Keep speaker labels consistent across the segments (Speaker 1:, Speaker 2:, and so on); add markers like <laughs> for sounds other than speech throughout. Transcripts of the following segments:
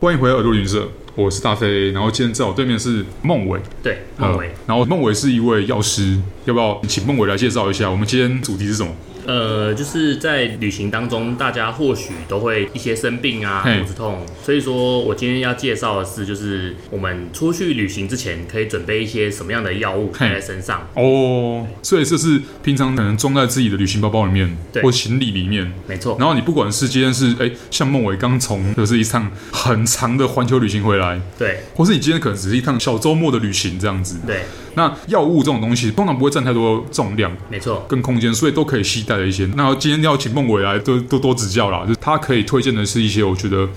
Speaker 1: 欢迎回到耳朵旅行社，我是大飞。然后今天在我对面是孟伟，
Speaker 2: 对，孟伟
Speaker 1: 呃。然后孟伟是一位药师，要不要请孟伟来介绍一下我们今天主题是什么？
Speaker 2: 呃，就是在旅行当中，大家或许都会一些生病啊，
Speaker 1: 嘿
Speaker 2: 肚子痛，所以说我今天要介绍的是，就是我们出去旅行之前可以准备一些什么样的药物
Speaker 1: 嘿
Speaker 2: 带在身上。
Speaker 1: 哦，所以这是平常可能装在自己的旅行包包里面，
Speaker 2: 对
Speaker 1: 或行李里面。
Speaker 2: 没错，
Speaker 1: 然后你不管是今天是哎，像孟伟刚从就是一趟很长的环球旅行回来，
Speaker 2: 对
Speaker 1: 或是你今天可能只是一趟小周末的旅行这样子。
Speaker 2: 对，
Speaker 1: 那药物这种东西通常不会占太多重量
Speaker 2: 没错，
Speaker 1: 跟空间，所以都可以携带的一些。那今天要请孟伟来多多多指教啦，就是他可以推荐的是一些我觉得。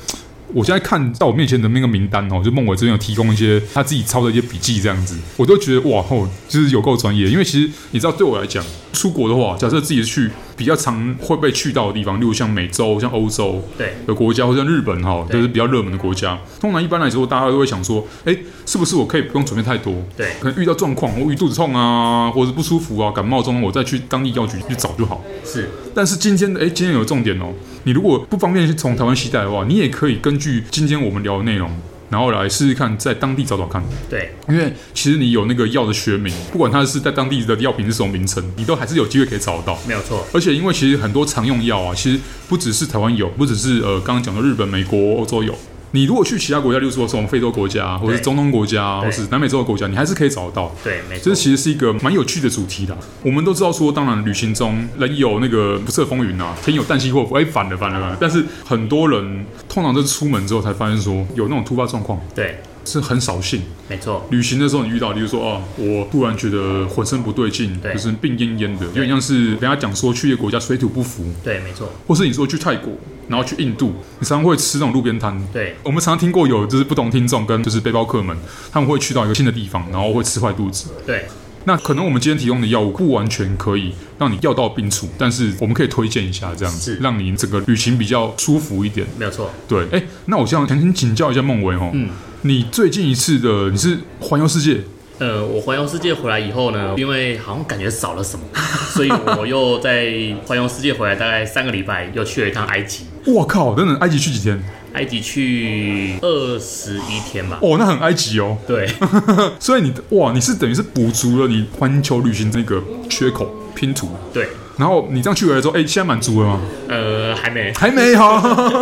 Speaker 1: 我现在看到我面前的那个名单哦，就孟伟这边有提供一些他自己抄的一些笔记，这样子，我都觉得哇吼、就是有够专业。因为其实你知道，对我来讲，出国的话，假设自己去比较常会被去到的地方，例如像美洲、像欧洲，
Speaker 2: 对
Speaker 1: 的国家，或像日本哈，
Speaker 2: 对
Speaker 1: 就是比较热门的国家。通常一般来说，大家都会想说，哎，是不是我可以不用准备太多？
Speaker 2: 对
Speaker 1: 可能遇到状况，我遇肚子痛啊，或者不舒服啊，感冒中，我再去当地药局去找就好。
Speaker 2: 是，
Speaker 1: 但是今天的，哎，今天有重点哦，你如果不方便从台湾携带的话，你也可以根据今天我们聊的内容。然后来试试看，在当地找找看，
Speaker 2: 对
Speaker 1: 因为其实你有那个药的学名，不管它是在当地的药品是什么名称，你都还是有机会可以找得到。
Speaker 2: 没有错，
Speaker 1: 而且因为其实很多常用药啊，其实不只是台湾有，不只是呃刚刚讲的日本、美国、欧洲有。你如果去其他国家，例如说什么非洲国家，啊或者是
Speaker 2: 对
Speaker 1: 中东国家，啊或是南美洲的国家，你还是可以找得到。
Speaker 2: 对没错
Speaker 1: 这，其实是一个蛮有趣的主题啦。我们都知道说，当然旅行中人有那个不测风云啊，天有旦夕祸福，哎，反了反了反了。但是很多人通常都是出门之后才发现说，有那种突发状况
Speaker 2: 对，
Speaker 1: 是很扫兴。
Speaker 2: 没错，
Speaker 1: 旅行的时候你遇到，例如说哦，我突然觉得浑身不对劲，
Speaker 2: 对
Speaker 1: 就是病恹恹的，有点像是人家讲说去一个国家水土不服，
Speaker 2: 对没错，
Speaker 1: 或是你说去泰国，然后去印度，你常常会吃那种路边摊。
Speaker 2: 对
Speaker 1: 我们常常听过有就是不同听众跟就是背包客们，他们会去到一个新的地方，然后会吃坏肚子。
Speaker 2: 对
Speaker 1: 那可能我们今天提供的药物不完全可以让你药到病除，但是我们可以推荐一下这样子
Speaker 2: 是，
Speaker 1: 让你整个旅行比较舒服一点。
Speaker 2: 没有错，
Speaker 1: 对，哎，那我想想先请教一下孟伟哦，
Speaker 2: 嗯，
Speaker 1: 你最近一次的你是环游世界，
Speaker 2: 呃，我环游世界回来以后呢，因为好像感觉少了什么，所以我又在环游世界回来大概三个礼拜，又去了一趟埃及。
Speaker 1: 我靠，等等，埃及去几天？
Speaker 2: 埃及去二十一天吧。
Speaker 1: 哦，那很埃及哦。
Speaker 2: 对，
Speaker 1: 所以你哇，你是等于是补足了你环球旅行这个缺口拼图，
Speaker 2: 对，
Speaker 1: 然后你这样去回来之后，哎、现在满足了吗？
Speaker 2: 呃，还没，
Speaker 1: 还没有。 <laughs>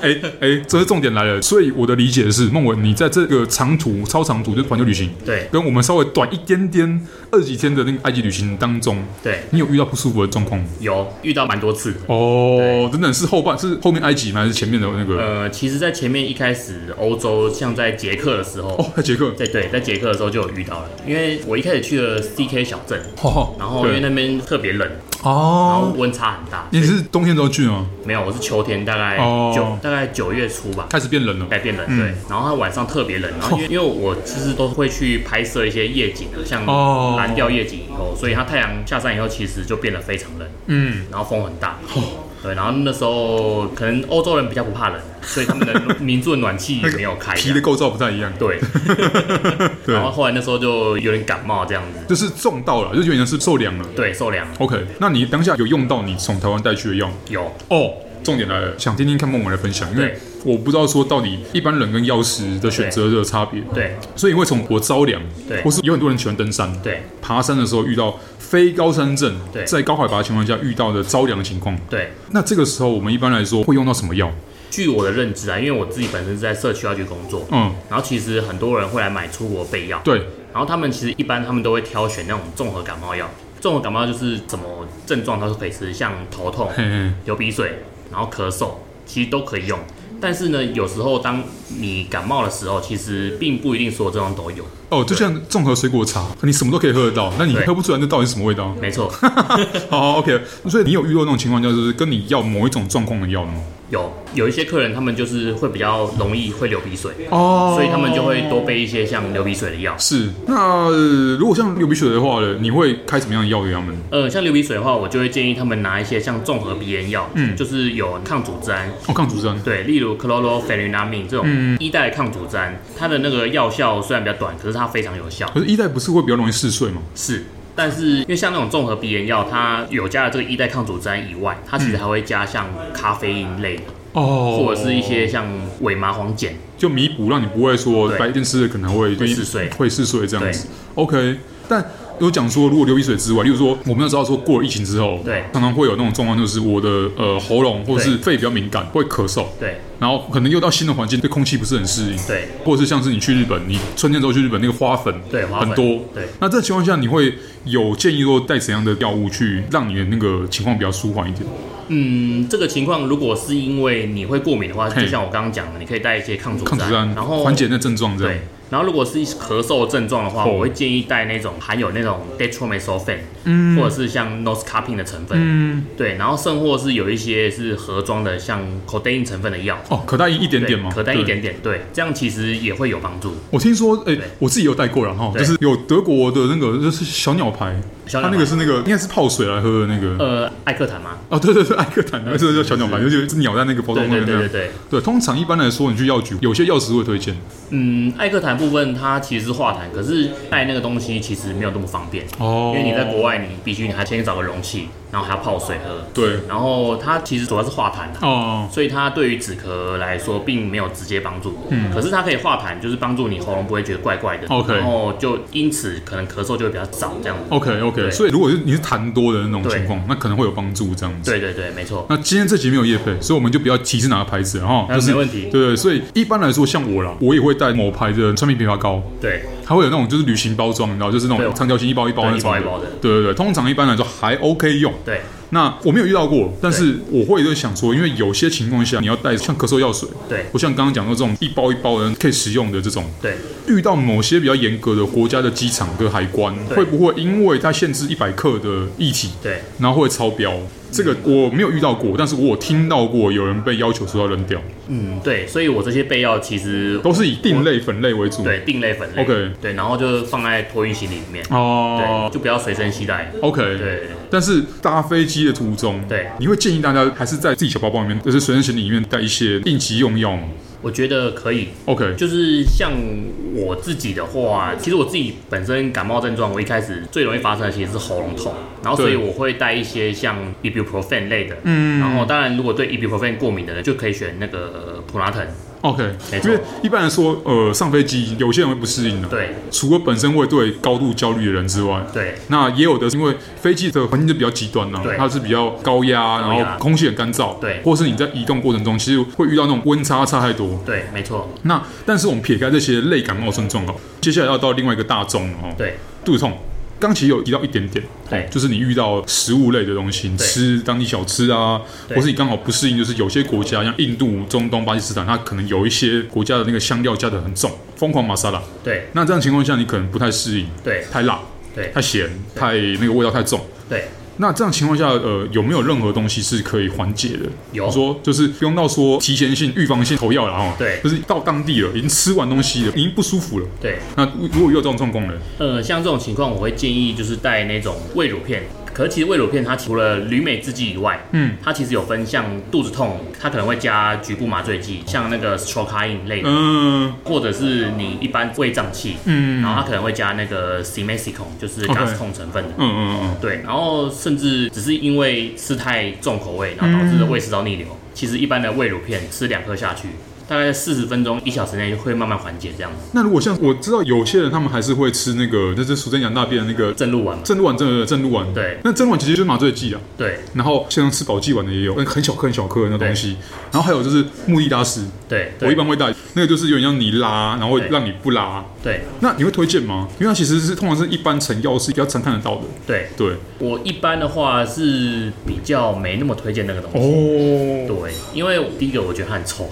Speaker 1: 哎哎，这是重点来了。所以我的理解是，孟文，你在这个长途、超长途，就是环球旅行，
Speaker 2: 对
Speaker 1: 跟我们稍微短一点点二十几天的那个埃及旅行当中，
Speaker 2: 对，
Speaker 1: 你有遇到不舒服的状况吗？
Speaker 2: 有遇到蛮多次的。
Speaker 1: 哦
Speaker 2: 对，
Speaker 1: 等等，是后半是后面埃及吗？还是前面的那个？
Speaker 2: 呃，其实，在前面一开始欧洲，像在捷克的时候，
Speaker 1: 哦，在捷克。
Speaker 2: 在对，在捷克的时候就有遇到了，因为我一开始去了 CK 小镇，
Speaker 1: 哦，
Speaker 2: 然后因为
Speaker 1: 对
Speaker 2: 那边特别冷，然后
Speaker 1: 哦，
Speaker 2: 温差很大，
Speaker 1: 你是冬天的时候去吗？
Speaker 2: 没有，我是秋天，大概
Speaker 1: 哦
Speaker 2: 九大概九月初吧。
Speaker 1: 开始变冷了。
Speaker 2: 改变冷，
Speaker 1: 嗯
Speaker 2: 对，然后它晚上特别冷，然
Speaker 1: 哦
Speaker 2: 后因为因为我就是都会去拍摄一些夜景的，像
Speaker 1: 哦
Speaker 2: 蓝调夜景以后，所以它太阳下山以后，其实就变得非常冷，
Speaker 1: 嗯。哦
Speaker 2: 然后风很大，对，然后那时候可能欧洲人比较不怕冷，所以他们的民宿的暖气也没有开，
Speaker 1: <laughs> 皮的构造不太一样，
Speaker 2: 对，
Speaker 1: <laughs> 对
Speaker 2: 然后后来那时候就有点感冒这样子，
Speaker 1: 就是中到了，就有点像是受凉了。
Speaker 2: 对，受凉
Speaker 1: OK，那你当下有用到你从台湾带去的药吗
Speaker 2: 有，
Speaker 1: 哦？重点来了，想听听看孟文来分享，因为
Speaker 2: 对
Speaker 1: 我不知道说到底一般人跟药师的选择的差别，
Speaker 2: 对
Speaker 1: 所以会从我着凉，
Speaker 2: 对
Speaker 1: 或是有很多人喜欢登山，，
Speaker 2: 对
Speaker 1: 爬山的时候遇到非高山症，
Speaker 2: 对
Speaker 1: 在高海拔的情况下遇到的着凉的情况，
Speaker 2: 对，
Speaker 1: 那这个时候我们一般来说会用到什么药？
Speaker 2: 据我的认知啊，因为我自己本身是在社区药局工作，
Speaker 1: 嗯，
Speaker 2: 然后其实很多人会来买出国备药，
Speaker 1: 对，
Speaker 2: 然后他们其实一般他们都会挑选那种综合感冒药，综合感冒就是什么症状它都可以吃，像头痛、
Speaker 1: 嘿嘿，
Speaker 2: 流鼻水，然后咳嗽，其实都可以用。但是呢，有时候当你感冒的时候，其实并不一定所有症状都有。
Speaker 1: 哦，就像综合水果茶，你什么都可以喝得到，那你
Speaker 2: 对
Speaker 1: 喝不出来那到底是什么味道？
Speaker 2: 没错，
Speaker 1: 好，OK。所以你有遇到那种情况，就是跟你要某一种状况的药吗？
Speaker 2: 有有一些客人他们就是会比较容易会流鼻水，
Speaker 1: 哦
Speaker 2: 所以他们就会多备一些像流鼻水的药。
Speaker 1: 是。那、呃如果像流鼻血的话呢，你会开什么样的药给他们？
Speaker 2: 呃，像流鼻水的话，我就会建议他们拿一些像综合鼻炎药，嗯，就是有抗组织胺，
Speaker 1: 哦，抗组织胺。
Speaker 2: 对，例如 chlorpheniramine 这
Speaker 1: 嗯
Speaker 2: 种一代抗组织胺，它的那个药效虽然比较短，可是它非常有效。
Speaker 1: 可是一代不是会比较容易嗜睡吗？
Speaker 2: 是，但是因为像那种综合鼻炎药，它有加了这个一代抗组织胺以外，它其实还会加像咖啡因类的。
Speaker 1: 哦，
Speaker 2: 或者是一些像伪麻黄碱，
Speaker 1: 就弥补，让你不会说
Speaker 2: 对
Speaker 1: 白天吃的可能会
Speaker 2: 会嗜睡
Speaker 1: 会嗜睡这样子
Speaker 2: 对。
Speaker 1: OK，但有讲说，如果流鼻水之外，例如说我们要知道说过了疫情之后，
Speaker 2: 对
Speaker 1: 常常会有那种状况，就是我的呃喉咙或者是肺比较敏感，会咳嗽，
Speaker 2: 对
Speaker 1: 然后可能又到新的环境，对空气不是很适应，
Speaker 2: 对，
Speaker 1: 或者是像是你去日本，你春天之后去日本那个花粉，
Speaker 2: 对花粉
Speaker 1: 很多，
Speaker 2: 对
Speaker 1: 那这情况下，你会有建议说带怎样的药物去让你的那个情况比较舒缓一点？
Speaker 2: 嗯，这个情况如果是因为你会过敏的话，
Speaker 1: 嘿
Speaker 2: 就像我刚刚讲的，你可以带一些抗组
Speaker 1: 抗组胺，
Speaker 2: 然后
Speaker 1: 缓解那症状这样
Speaker 2: 对。。然后如果是咳嗽的症状的话，
Speaker 1: 哦
Speaker 2: 我会建议带那种含有那种 dextromethorphan，、或者是像 noscapin 的成分，
Speaker 1: 嗯，
Speaker 2: 对。然后甚或是有一些是盒装的，像 codeine 成分的药，
Speaker 1: 哦，可带一点
Speaker 2: 对
Speaker 1: 点吗？
Speaker 2: 可带一
Speaker 1: 对
Speaker 2: 点点，对，这样其实也会有帮助。
Speaker 1: 我听说，哎、
Speaker 2: 对
Speaker 1: 我自己有带过了哈，
Speaker 2: 对
Speaker 1: 就是有德国的那个就是小鸟牌，
Speaker 2: 小鸟
Speaker 1: 它那个是那个应该是泡水来喝的那个，
Speaker 2: 呃，艾克坦吗？
Speaker 1: 哦，对对对，艾克坦，那个是叫小鸟牌，就是有一只鸟在那个包
Speaker 2: 对
Speaker 1: 装
Speaker 2: 对
Speaker 1: 上面
Speaker 2: 对
Speaker 1: 那
Speaker 2: 对
Speaker 1: 样。
Speaker 2: 对，
Speaker 1: 对，通常一般来说，你去药局，有些药师会推荐。
Speaker 2: 嗯，艾克坦部分它其实是化痰，可是带那个东西其实没有那么方便。
Speaker 1: 哦
Speaker 2: 因为你在国外，你必须你还先找个容器，然后还要泡水喝。
Speaker 1: 对
Speaker 2: 然后它其实主要是化痰啊的，
Speaker 1: 哦，
Speaker 2: 所以它对于止咳来说并没有直接帮助。嗯，可是它可以化痰，就是帮助你喉咙不会觉得怪怪的。
Speaker 1: OK
Speaker 2: 然后就因此可能咳嗽就会比较少这样子。
Speaker 1: OK OK，
Speaker 2: 对
Speaker 1: 哦所以如果是你是痰多的那种
Speaker 2: 对
Speaker 1: 情况，那可能会有帮助这样子。
Speaker 2: 对对对，没错。
Speaker 1: 那今天这集没有叶配，所以我们就不要提示哪个牌子了哈，
Speaker 2: 那
Speaker 1: 就是
Speaker 2: 没问题
Speaker 1: 对对，所以一般来说，像我啦，我也会带某牌的川皮枇杷膏，
Speaker 2: 对
Speaker 1: 它会有那种就是旅行包装，你知道，就是那
Speaker 2: 对
Speaker 1: 种长条形一包一包
Speaker 2: 对
Speaker 1: 那种
Speaker 2: 一包一包的
Speaker 1: 对对对，通常一般来说还 OK 用。
Speaker 2: 对
Speaker 1: 那我没有遇到过，但是我会就想说，因为有些情况下你要带像咳嗽药水，
Speaker 2: 对
Speaker 1: 我像刚刚讲到这种一包一包的可以食用的这种，
Speaker 2: 对，
Speaker 1: 遇到某些比较严格的国家的机场跟海关，
Speaker 2: 对
Speaker 1: 会不会因为它限制一百克的液体，
Speaker 2: 对，
Speaker 1: 然后会超标？这个我没有遇到过，但是我有听到过有人被要求说要扔掉，
Speaker 2: 嗯对，所以我这些备药其实
Speaker 1: 都是以定类分类为主。
Speaker 2: 对定类分类。
Speaker 1: OK
Speaker 2: 对，然后就放在托运行李里面。对，
Speaker 1: 哦
Speaker 2: 就不要随身携带。
Speaker 1: ，OK，
Speaker 2: 对
Speaker 1: 但是搭飞机的途中，
Speaker 2: 对
Speaker 1: 你会建议大家还是在自己小包包里面，就是随身行李里面带一些应急用药吗
Speaker 2: 我觉得可以，
Speaker 1: ？OK，
Speaker 2: 就是像我自己的话，其实我自己本身感冒症状，我一开始最容易发生的其实是喉咙痛，然后所以
Speaker 1: 对
Speaker 2: 我会带一些像 ibuprofen 类的，嗯，然后当然如果对 ibuprofen 过敏的人就可以选那个普拉腾，
Speaker 1: OK，
Speaker 2: 没错
Speaker 1: 因为一般来说，呃，上飞机有些人会不适应的，
Speaker 2: 对
Speaker 1: 除了本身会对高度焦虑的人之外，
Speaker 2: 对
Speaker 1: 那也有的是因为飞机的环境就比较极端呢、啊
Speaker 2: 对
Speaker 1: 它是比较高压，然
Speaker 2: 高压
Speaker 1: 后空气很干燥，
Speaker 2: 对
Speaker 1: 或是你在移动过程中，其实会遇到那种温差差太多。
Speaker 2: 对，没错，
Speaker 1: 那但是我们撇开这些类感冒症状哦，接下来要到另外一个大众了哦，
Speaker 2: 对
Speaker 1: 肚子痛。刚其实有提到一点点，
Speaker 2: 对
Speaker 1: 就是你遇到食物类的东西，你
Speaker 2: 对
Speaker 1: 吃当地小吃啊，
Speaker 2: 对
Speaker 1: 或是你刚好不适应，就是有些国家像印度、中东、巴基斯坦，它可能有一些国家的那个香料加的很重，疯狂玛莎拉。
Speaker 2: 对
Speaker 1: 那这样的情况下，你可能不太适应，
Speaker 2: 对
Speaker 1: 太辣、
Speaker 2: 对
Speaker 1: 太咸、太那个味道太重。
Speaker 2: 对，
Speaker 1: 那这样情况下，呃，有没有任何东西是可以缓解的？
Speaker 2: 有
Speaker 1: 我说就是不用到说提前性、预防性投药了哈。
Speaker 2: 对
Speaker 1: 就是到当地了，已经吃完东西了，已经不舒服了。
Speaker 2: 对，
Speaker 1: 那如果遇到这种状况呢？
Speaker 2: 呃，像这种情况，我会建议就是带那种胃乳片。可是其实胃乳片它除了旅美制剂以外，
Speaker 1: 嗯，
Speaker 2: 它其实有分像肚子痛，它可能会加局部麻醉剂，像那个 strokine 类的，
Speaker 1: 嗯
Speaker 2: 或者是你一般胃胀气，
Speaker 1: 嗯
Speaker 2: 然后它可能会加那个 c m e x i c o n 就是
Speaker 1: OK
Speaker 2: 嘎斯痛成分的。
Speaker 1: 嗯嗯嗯，
Speaker 2: 对，然后甚至只是因为吃太重口味，然后导致的胃食道逆
Speaker 1: 嗯
Speaker 2: 流。其实一般的胃乳片吃两颗下去，大概四十分钟、一小时内就会慢慢缓解这样子。
Speaker 1: 那如果像我知道有些人他们还是会吃那个，就是俗称讲大便的那个
Speaker 2: 正露丸嘛，
Speaker 1: 正露丸，正正露丸。
Speaker 2: 对
Speaker 1: 那正露丸其实就是麻醉剂啊。
Speaker 2: 对
Speaker 1: 然后像吃饱剂丸的也有，那很小颗很小颗的那东西。然后还有就是木地拉丝，
Speaker 2: 对
Speaker 1: 我一
Speaker 2: 对
Speaker 1: 般会带那个，就是有点像你拉，然后
Speaker 2: 对
Speaker 1: 让你不拉。
Speaker 2: 对
Speaker 1: 那你会推荐吗？因为它其实是通常是一般成药是比较常看得到的。
Speaker 2: 对，
Speaker 1: 对，
Speaker 2: 我一般的话是比较没那么推荐那个东西。
Speaker 1: 哦，
Speaker 2: 对，因为第一个我觉得它很臭，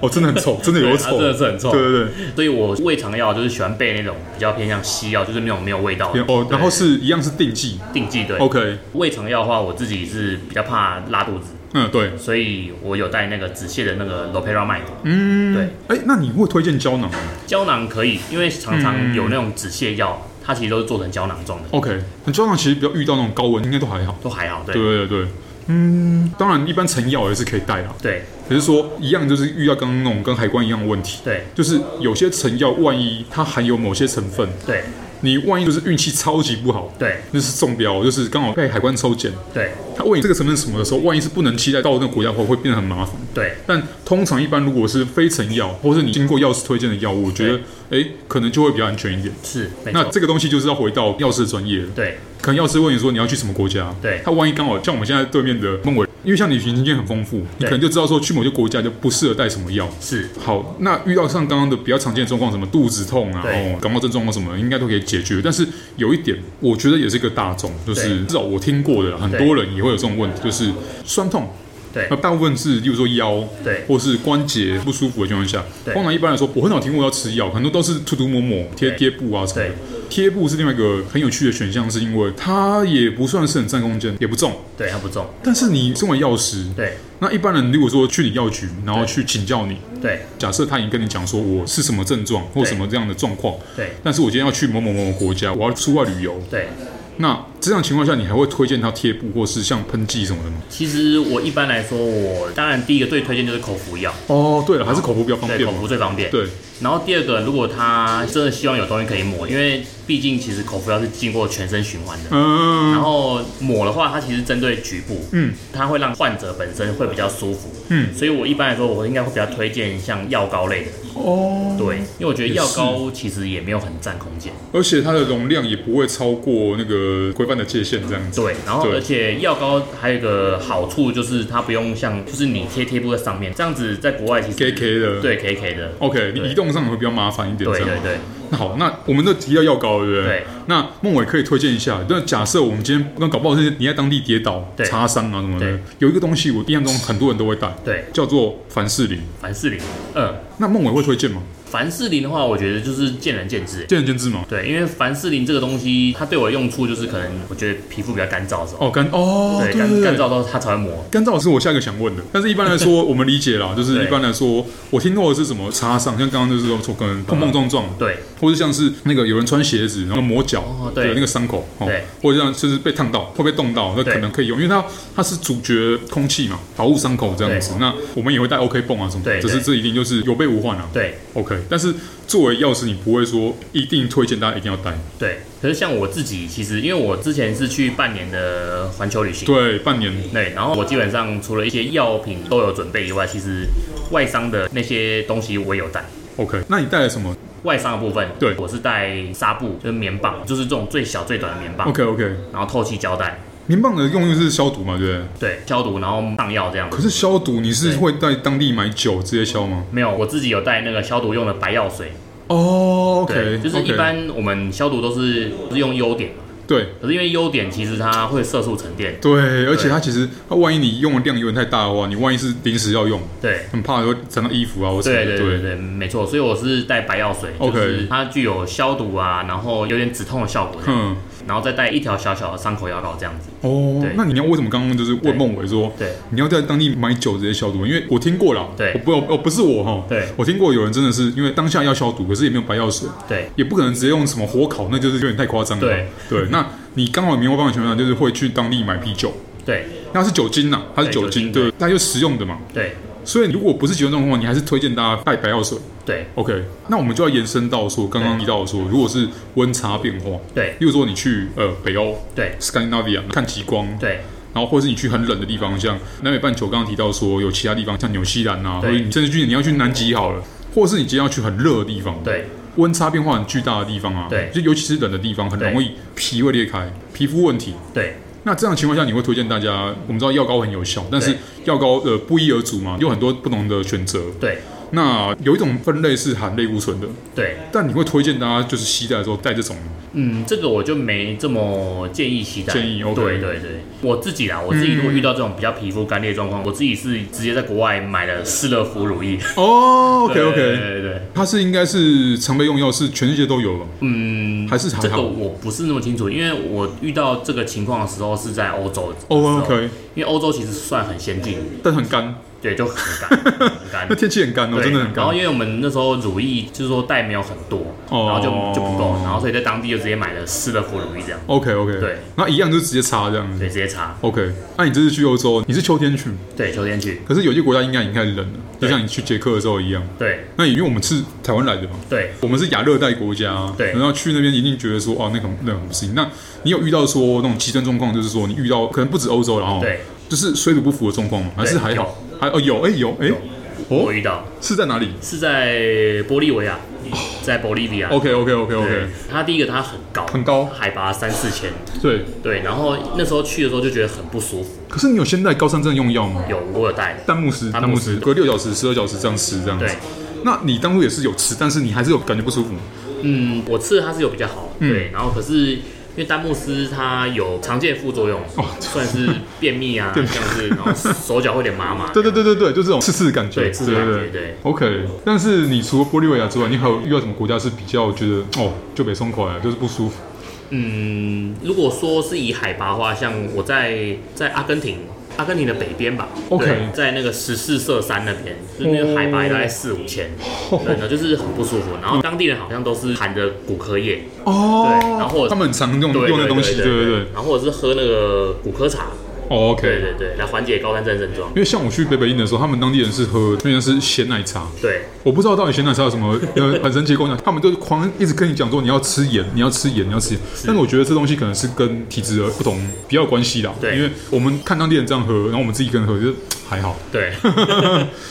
Speaker 1: 哦，真的很
Speaker 2: <laughs>
Speaker 1: 臭，真的有
Speaker 2: 对它
Speaker 1: 臭，
Speaker 2: 真的是很臭
Speaker 1: 对。对对，
Speaker 2: 所以我胃肠药就是喜欢备那种比较偏向西药，就是那种没有味道的。
Speaker 1: 哦，
Speaker 2: 对
Speaker 1: 然后是一样是定剂
Speaker 2: 定剂对。
Speaker 1: ，OK，
Speaker 2: 胃肠药的话，我自己是比较怕拉肚子，
Speaker 1: 嗯，对，
Speaker 2: 所以我有带那个止泻的那个 loperamide
Speaker 1: 嗯，
Speaker 2: 对，
Speaker 1: 哎，那你会推荐胶囊吗
Speaker 2: 胶囊可以，因为常常
Speaker 1: 嗯
Speaker 2: 有那种止泻药，它其实都是做成胶囊状的，
Speaker 1: ？OK，那胶囊其实比较遇到那种高温应该都还好。
Speaker 2: 都还好。对
Speaker 1: 对对对，嗯，当然一般成药也是可以带啦，
Speaker 2: 对
Speaker 1: 只是说一样就是遇到刚刚那种跟海关一样的问题，
Speaker 2: 对
Speaker 1: 就是有些成药万一它含有某些成分，
Speaker 2: 对
Speaker 1: 你万一就是运气超级不好，
Speaker 2: 对
Speaker 1: 就是中标，就是刚好被海关抽检，
Speaker 2: 对
Speaker 1: 他问你这个成本是什么的时候，万一是不能期待到那个国家的话，会变得很麻烦。
Speaker 2: 对
Speaker 1: 但通常一般如果是非成药，或是你经过药师推荐的药物，我觉得诶可能就会比较安全一点。
Speaker 2: 是没
Speaker 1: 那
Speaker 2: 错，
Speaker 1: 这个东西就是要回到药师的专业了。
Speaker 2: 对
Speaker 1: 可能药师问你说你要去什么国家，
Speaker 2: 对
Speaker 1: 他万一刚好像我们现在对面的孟伟，因为像你旅行经验很丰富，你
Speaker 2: 对
Speaker 1: 可能就知道说去某些国家就不适合带什么药。
Speaker 2: 是
Speaker 1: 好，那遇到像刚刚的比较常见的状况，什么肚子痛啊，
Speaker 2: 对
Speaker 1: 哦，感冒症状啊什么，应该都可以解决。但是有一点，我觉得也是一个大众，就是
Speaker 2: 对
Speaker 1: 至少我听过的啦，很
Speaker 2: 对
Speaker 1: 多人也会有这种问题，就是酸痛。
Speaker 2: 对
Speaker 1: 那大部分是，例如说腰，
Speaker 2: 对
Speaker 1: 或是关节不舒服的情况下，
Speaker 2: 对
Speaker 1: 通常一般来说，我很少听过要吃药，很多都是涂涂抹抹、贴
Speaker 2: 对
Speaker 1: 贴布啊什么的
Speaker 2: 对。
Speaker 1: 贴布是另外一个很有趣的选项，是因为它也不算是很占空间，也不重。
Speaker 2: 对，它不中，
Speaker 1: 但是你身为药师，
Speaker 2: 对
Speaker 1: 那一般人如果说去你药局，然后
Speaker 2: 对
Speaker 1: 去请教你，
Speaker 2: 对
Speaker 1: 假设他已经跟你讲说我是什么症状或
Speaker 2: 对
Speaker 1: 什么这样的状况，
Speaker 2: 对
Speaker 1: 但是我今天要去某某某某国家，我要出外旅游，
Speaker 2: 对。
Speaker 1: 那这样情况下，你还会推荐他贴布或是像喷剂什么的吗？
Speaker 2: 其实我一般来说，我当然第一个最推荐就是口服药，
Speaker 1: 哦，对了，还是口服比较方
Speaker 2: 对，
Speaker 1: 便
Speaker 2: 口
Speaker 1: 嘛
Speaker 2: 服。最方便。
Speaker 1: 对
Speaker 2: 然后第二个，如果他真的希望有东西可以抹，因为毕竟其实口服药是经过全身循环的。然
Speaker 1: 嗯，
Speaker 2: 后抹的话，它其实针对局部，
Speaker 1: 嗯，
Speaker 2: 它会让患者本身会比较舒服，
Speaker 1: 嗯，
Speaker 2: 所以我一般来说，我应该会比较推荐像药膏类的，
Speaker 1: 哦，
Speaker 2: 对，因为我觉得药
Speaker 1: 也是
Speaker 2: 膏其实也没有很占空间，
Speaker 1: 而且它的容量也不会超过那个规范的界限，这样子。
Speaker 2: 对，然后
Speaker 1: 对
Speaker 2: 而且药膏还有一个好处就是它不用像，就是你贴贴布在上面，这样子在国外其实
Speaker 1: K K 的，
Speaker 2: 对 K K 的，
Speaker 1: ，OK，你
Speaker 2: 对
Speaker 1: 移动上会比较麻烦一点，
Speaker 2: 对
Speaker 1: 这样
Speaker 2: 对。对
Speaker 1: 那好，那我们都提到药膏，对不对？
Speaker 2: 对。
Speaker 1: 那孟伟可以推荐一下。那假设我们今天那搞不好是你在当地跌倒、
Speaker 2: 对
Speaker 1: 擦伤啊什么的
Speaker 2: 对，
Speaker 1: 有一个东西我印象中很多人都会带，
Speaker 2: 对，
Speaker 1: 叫做凡士林。
Speaker 2: 凡士林，嗯，
Speaker 1: 那孟伟会推荐吗？
Speaker 2: 凡士林的话，我觉得就是见仁见智。
Speaker 1: 见仁见智嘛。
Speaker 2: 对，因为凡士林这个东西，它对我的用处就是可能我觉得皮肤比较干燥的时候，
Speaker 1: 哦，干哦，
Speaker 2: 对，
Speaker 1: 对
Speaker 2: 干
Speaker 1: 对
Speaker 2: 干
Speaker 1: 对。
Speaker 2: 燥到它才会磨。
Speaker 1: 干燥是我下一个想问的，但是一般来说，我们理解啦，就是
Speaker 2: 对
Speaker 1: 一般来说，我听到的是什么擦伤，像刚刚就是说可能碰碰撞撞，
Speaker 2: 对
Speaker 1: 或者像是那个有人穿鞋子然后磨脚
Speaker 2: 哦
Speaker 1: 的
Speaker 2: 对
Speaker 1: 那个伤口，哦
Speaker 2: 对，
Speaker 1: 或者像就是被烫到会被冻到，那
Speaker 2: 对
Speaker 1: 可能可以用，因为它它是主角空气嘛，保护伤口这样子。那我们也会带 OK 泵啊什么的，
Speaker 2: 对
Speaker 1: 只是
Speaker 2: 对
Speaker 1: 这一定就是有备无患啊。
Speaker 2: 对
Speaker 1: ，OK。但是作为药师，你不会说一定推荐大家一定要带，
Speaker 2: 对，可是像我自己，其实因为我之前是去半年的环球旅行，
Speaker 1: 对，半年
Speaker 2: 对，然后我基本上除了一些药品都有准备以外，其实外伤的那些东西我也有带。
Speaker 1: OK。那你带了什么
Speaker 2: 外伤的部分，
Speaker 1: 对
Speaker 2: 我是带纱布，就是棉棒，就是这种最小最短的棉棒
Speaker 1: ？OK OK。
Speaker 2: 然后透气胶带，
Speaker 1: 棉棒的用意是消毒嘛，对不对？
Speaker 2: 对，消毒，然后上药这样
Speaker 1: 可。是消毒你是
Speaker 2: 对
Speaker 1: 会在当地买酒直接消吗？
Speaker 2: 没有，我自己有带那个消毒用的白药水。
Speaker 1: 哦
Speaker 2: 对
Speaker 1: ，OK，
Speaker 2: 就是一
Speaker 1: OK，
Speaker 2: 般我们消毒都是是用优点嘛，
Speaker 1: 对。
Speaker 2: 可是因为优点其实它会色素沉淀，
Speaker 1: 对，而且它其实，它万一你用的量有点太大的话，你万一是临时要用，
Speaker 2: 对。
Speaker 1: 很怕会沾到衣服啊或什么
Speaker 2: 对
Speaker 1: 的。
Speaker 2: 对对对，没错，所以我是带白药水
Speaker 1: OK
Speaker 2: 就是它具有消毒啊，然后有点止痛的效果，
Speaker 1: 嗯，
Speaker 2: 然后再带一条小小的伤口药膏这样子。
Speaker 1: 哦
Speaker 2: 对，
Speaker 1: 那你要为什么刚刚就是问孟伟说，
Speaker 2: 对
Speaker 1: 你要在当地买酒直接消毒？因为我听过啦，
Speaker 2: 对
Speaker 1: 我不我不是我哈，
Speaker 2: 对
Speaker 1: 我听过有人真的是因为当下要消毒，可是也没有白药水，
Speaker 2: 对
Speaker 1: 也不可能直接用什么火烤，那就是有点太夸张了。
Speaker 2: 对 <laughs>
Speaker 1: 对，那你刚好没有办法情况下，就是会去当地买啤酒，
Speaker 2: 对
Speaker 1: 那是酒精呐，它是
Speaker 2: 对
Speaker 1: 酒
Speaker 2: 酒
Speaker 1: 精，
Speaker 2: 精
Speaker 1: 对
Speaker 2: 对，
Speaker 1: 它就食用的嘛。
Speaker 2: 对
Speaker 1: 所以如果不是酒精状况，你还是推荐大家带白药水。
Speaker 2: 对
Speaker 1: OK，那我们就要延伸到说，刚刚
Speaker 2: 对
Speaker 1: 提到说，如果是温差变化，
Speaker 2: 对
Speaker 1: 例如说你去呃北欧
Speaker 2: 对
Speaker 1: Scandinavia 看极光，，
Speaker 2: 对
Speaker 1: 然后或者是你去很冷的地方，像南美半球，刚刚提到说有其他地方像纽西兰啊，或
Speaker 2: 对
Speaker 1: 者你甚至去你要去南极好了，或者是你今天要去很热的地方，，
Speaker 2: 对
Speaker 1: 温差变化很巨大的地方啊，
Speaker 2: 对
Speaker 1: 就尤其是冷的地方，很
Speaker 2: 对
Speaker 1: 容易皮会裂开，皮肤问题。
Speaker 2: 对
Speaker 1: 那这样的情况下，你会推荐大家？我们知道药膏很有效，但是
Speaker 2: 对
Speaker 1: 药膏呃不一而足嘛，有很多不同的选择。
Speaker 2: 对
Speaker 1: 那有一种分类是含类固醇的，
Speaker 2: 对，
Speaker 1: 但你会推荐大家就是携带的时候带这种吗？
Speaker 2: 嗯，这个我就没这么建议携带。
Speaker 1: 建议，OK
Speaker 2: 对对对，我自己啦，我自己如果遇到这种比较皮肤干裂的状况，我自己是直接在国外买了士乐芙
Speaker 1: <laughs>
Speaker 2: 乳液。
Speaker 1: 哦，OK
Speaker 2: 对对
Speaker 1: OK，
Speaker 2: 对对，
Speaker 1: 它是应该是常备用药，是全世界都有了，
Speaker 2: 嗯，
Speaker 1: 还是还
Speaker 2: 这个
Speaker 1: 好？
Speaker 2: 我不是那么清楚，因为我遇到这个情况的时候是在欧洲的时候。
Speaker 1: 哦，OK，
Speaker 2: 因为欧洲其实算很先进，
Speaker 1: 但很干，
Speaker 2: 对，就很
Speaker 1: <laughs>
Speaker 2: 干，很干
Speaker 1: 那。天气很干哦，
Speaker 2: 对，
Speaker 1: 真的很
Speaker 2: 然后
Speaker 1: 干
Speaker 2: 因。为我们那时候乳液就是说带没有很多，
Speaker 1: 哦
Speaker 2: 然后就就不够，然后所以在当地就直接买了四乐福乳液这样，
Speaker 1: OK OK，
Speaker 2: 对，
Speaker 1: 那一样就是直接擦这样
Speaker 2: 对，
Speaker 1: 子。
Speaker 2: 直接擦，
Speaker 1: OK，那你这次去欧洲，你是秋天去，
Speaker 2: 对，秋天去，
Speaker 1: 可是有些国家应该已经开始冷了，就
Speaker 2: 对
Speaker 1: 像你去捷克的时候一样。
Speaker 2: 对
Speaker 1: 那因为我们是台湾来的嘛，
Speaker 2: 对，
Speaker 1: 我们是亚热带国家，啊
Speaker 2: 对
Speaker 1: 然后去那边一定觉得说，哦，那个那个不行。那你有遇到说那种极端状况，就是说你遇到可能不止欧洲，然后
Speaker 2: 对，
Speaker 1: 就是水土不服的状况吗？还是还好？还哦有哎有哎，
Speaker 2: 我
Speaker 1: 哦
Speaker 2: 遇到
Speaker 1: 是在哪里
Speaker 2: 是在玻利维亚，在玻利维亚。
Speaker 1: 哦？OK OK OK
Speaker 2: 对
Speaker 1: OK，，
Speaker 2: 它第一个它很高，
Speaker 1: 很高
Speaker 2: 海拔三四千。
Speaker 1: 对。
Speaker 2: 对，然后那时候去的时候就觉得很不舒服，
Speaker 1: 可是你有先在高山症用药吗？
Speaker 2: 有我有带，
Speaker 1: 丹木斯，
Speaker 2: 丹
Speaker 1: 丹木
Speaker 2: 木
Speaker 1: 斯，
Speaker 2: 斯
Speaker 1: 隔六小时、十二小时这样吃，这样子
Speaker 2: 对。
Speaker 1: 那你当初也是有吃，但是你还是有感觉不舒服。
Speaker 2: 嗯，我吃的它是有比较好，
Speaker 1: 嗯
Speaker 2: 对，然后可是因为丹木斯它有常见副作用，
Speaker 1: 哦
Speaker 2: 算是便秘
Speaker 1: <laughs>
Speaker 2: 啊，这
Speaker 1: 便秘
Speaker 2: 样子，然后手脚会有点麻麻。
Speaker 1: 对对对对对，就这种刺刺的感觉，
Speaker 2: 对刺刺的感觉
Speaker 1: 对
Speaker 2: 对。
Speaker 1: OK，但是你除了玻利维亚之外，你还有遇到什么国家是比较觉得哦就北松口了，就是不舒服？
Speaker 2: 嗯，如果说是以海拔的话，像我在在阿根廷。阿根廷的北边吧
Speaker 1: OK
Speaker 2: 对在那个十四色山那边，就是那个海拔大概四五千，
Speaker 1: 哦
Speaker 2: 对，然后就是很不舒服。然后当地人好像都是含着骨科液，
Speaker 1: 哦，
Speaker 2: 对然后
Speaker 1: 他们很常用
Speaker 2: 对
Speaker 1: 用的东西，对对对。
Speaker 2: 然后或者是喝那个骨科茶，
Speaker 1: 哦
Speaker 2: 对
Speaker 1: OK，
Speaker 2: 对对，来缓解高山症症状
Speaker 1: 因。为像我去北北印的时候，他们当地人是喝那边是咸奶茶，
Speaker 2: 对，
Speaker 1: 我不知道到底咸奶茶有什么 <laughs> 呃很神奇的功能，他们就狂一直跟你讲说你要吃盐，你要吃盐，你要吃盐。但是我觉得这东西可能是跟体质的不同比较有关系啦。
Speaker 2: 对
Speaker 1: 因为我们看当地人这样喝，然后我们自己跟喝，就是还好。 <laughs>
Speaker 2: 对，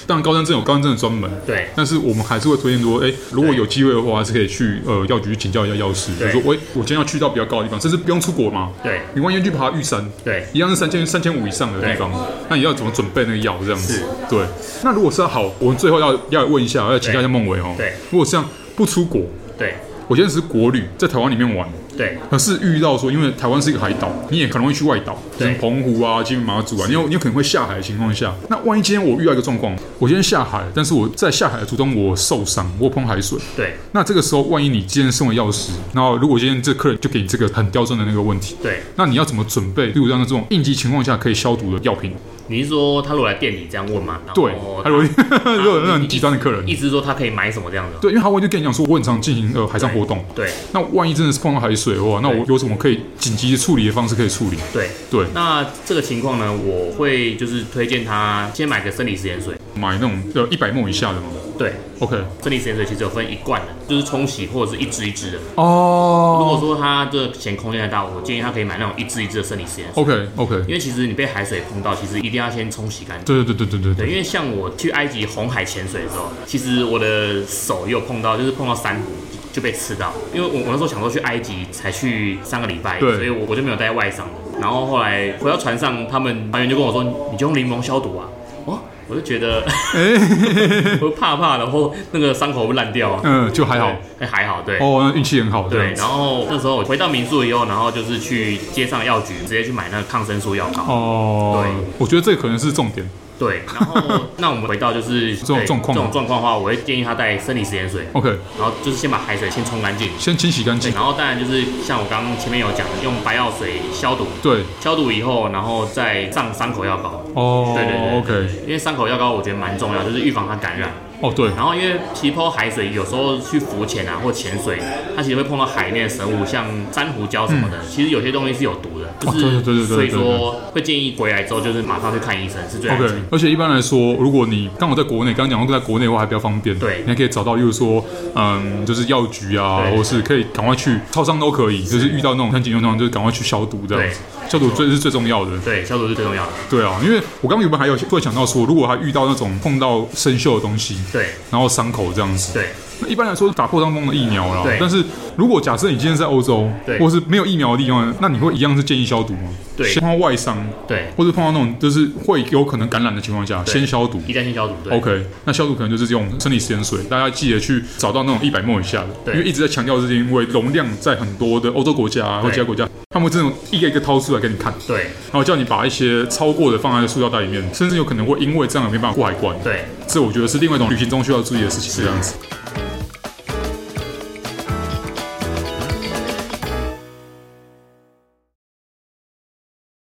Speaker 1: 当然高山症有高山症的专门。
Speaker 2: 对
Speaker 1: 但是我们还是会推荐说，哎、如果有机会的话，还是可以去呃药局去请教一下药师，就
Speaker 2: 对
Speaker 1: 是说，喂，我今天要去到比较高的地方，甚至不用出国嘛，
Speaker 2: 对
Speaker 1: 你万一去爬玉山，
Speaker 2: 对
Speaker 1: 一样是三千三千五以上的地方，那你要怎么准备那个药这样子？对。那如果是要好，我们最后要要问一下，要请教一下孟伟哦。
Speaker 2: 对
Speaker 1: 如果像不出国，
Speaker 2: 对
Speaker 1: 我现在只是国旅，在台湾里面玩。
Speaker 2: 对
Speaker 1: 可是遇到说，因为台湾是一个海岛，你也可能会去外岛，
Speaker 2: 对
Speaker 1: 像澎湖啊、金门、马祖啊，你有你有可能会下海的情况下，那万一今天我遇到一个状况，我今天下海，但是我在下海的途中我受伤，我碰海水，
Speaker 2: 对
Speaker 1: 那这个时候万一你今天身为药师，然后如果今天这客人就给你这个很刁钻的那个问题，
Speaker 2: 对，
Speaker 1: 那你要怎么准备？例如让这种应急情况下可以消毒的药品？
Speaker 2: 你是说他如果来店里这样问吗？然后
Speaker 1: 对，还有
Speaker 2: 他
Speaker 1: 如果有那种极端的客人
Speaker 2: 一，直说他可以买什么这样的，
Speaker 1: 对，因为他会就跟你讲说，我很常进行呃海上活动，
Speaker 2: 对
Speaker 1: 那万一真的是碰到海水的话，那我
Speaker 2: 对
Speaker 1: 有什么可以紧急处理的方式可以处理？
Speaker 2: 对。
Speaker 1: 对，
Speaker 2: 那这个情况呢，我会就是推荐他先买个生理食盐水，
Speaker 1: 买那种呃一百沫以下的嘛。
Speaker 2: 对，
Speaker 1: OK，
Speaker 2: 生理食盐水其实有分一罐的，就是冲洗或者是一支一支的。如果
Speaker 1: 哦
Speaker 2: 说他这嫌空间太大，我建议他可以买那种一支一支的生理食盐水，
Speaker 1: ，OK OK，
Speaker 2: 因为其实你被海水碰到，其实一定要先冲洗干净。
Speaker 1: 对对对对对对
Speaker 2: 对，
Speaker 1: 对，
Speaker 2: 因为像我去埃及红海潜水的时候，其实我的手也有碰到，就是碰到珊瑚就被刺到。因为我我那时候想说去埃及才去三个礼拜，
Speaker 1: 对
Speaker 2: 所以我我就没有带外伤。然后后来回到船上，他们船员就跟我说：“你就用柠檬消毒啊。”哦，我就觉得 <laughs> 我怕怕的，然后那个伤口会烂掉啊。
Speaker 1: 哎嗯，就还好。
Speaker 2: 对，还好，对。
Speaker 1: 哦，那运气很好，这
Speaker 2: 对，
Speaker 1: 样子
Speaker 2: 然后那时候我回到民宿以后，然后就是去街上药局直接去买那个抗生素药膏。
Speaker 1: 哦，
Speaker 2: 对，
Speaker 1: 我觉得这个可能是重点。
Speaker 2: 对，
Speaker 1: <laughs>
Speaker 2: 然后那我们回到就是这
Speaker 1: 种状况
Speaker 2: 这种状况的话，我会建议他带生理食盐水，
Speaker 1: OK，
Speaker 2: 然后就是先把海水先冲干净。
Speaker 1: 先清洗干
Speaker 2: 对，
Speaker 1: 净。
Speaker 2: 然后当然就是像我刚刚前面有讲的，用白药水消毒，
Speaker 1: 对，
Speaker 2: 消毒以后，然后再上伤口药膏。
Speaker 1: 哦
Speaker 2: 对对对
Speaker 1: ，OK，
Speaker 2: 因为伤口药膏我觉得蛮重要，就是预防它感染。
Speaker 1: 哦对，
Speaker 2: 然后因为皮泡海水有时候去浮潜啊或潜水，它其实会碰到海面的生物，像珊瑚礁什么的，其实有些东西是有毒的，
Speaker 1: 嗯
Speaker 2: 就
Speaker 1: 哦对对对对
Speaker 2: 是所以
Speaker 1: 对对
Speaker 2: 说会建议回来之后就是马上去看医生是最安
Speaker 1: OK，
Speaker 2: 全的。
Speaker 1: 而且一般来说，如果你刚好在国内，刚刚讲过在国内的话还比较方便，
Speaker 2: 对
Speaker 1: 你还可以找到，例如说，嗯，就是药局啊，
Speaker 2: 对
Speaker 1: 或是可以赶快去超商都可以，就是遇到那种像紧急状况，就是赶快去消毒这样子，消毒最是最重要的。
Speaker 2: 对，消毒是最重要的。
Speaker 1: 对啊，因为我刚刚原本还有突然想到说，如果他遇到那种碰到生锈的东西，
Speaker 2: 对
Speaker 1: 然后伤口这样子，
Speaker 2: 对
Speaker 1: 那一般来说是打破伤风的疫苗啦
Speaker 2: 对。
Speaker 1: 但是如果假设你今天在欧洲，
Speaker 2: 对
Speaker 1: 或是没有疫苗的地方，那你会一样是建议消毒吗？
Speaker 2: 对
Speaker 1: 先碰到外伤，
Speaker 2: 对，
Speaker 1: 或是碰到那种就是会有可能感染的情况下，先消毒。
Speaker 2: 一旦性消毒。对
Speaker 1: OK，那消毒可能就是用生理食盐水，大家记得去找到那种一百沫以下的，
Speaker 2: 对
Speaker 1: 因为一直在强调，是因为容量在很多的欧洲国家啊或
Speaker 2: 对
Speaker 1: 其他国家，他们会这种一个一个掏出来给你看，
Speaker 2: 对
Speaker 1: 然后叫你把一些超过的放在塑料袋里面，甚至有可能会因为这样而没办法过海关。，
Speaker 2: 对
Speaker 1: 这我觉得是另外一种旅行中需要注意的事情，是这样子。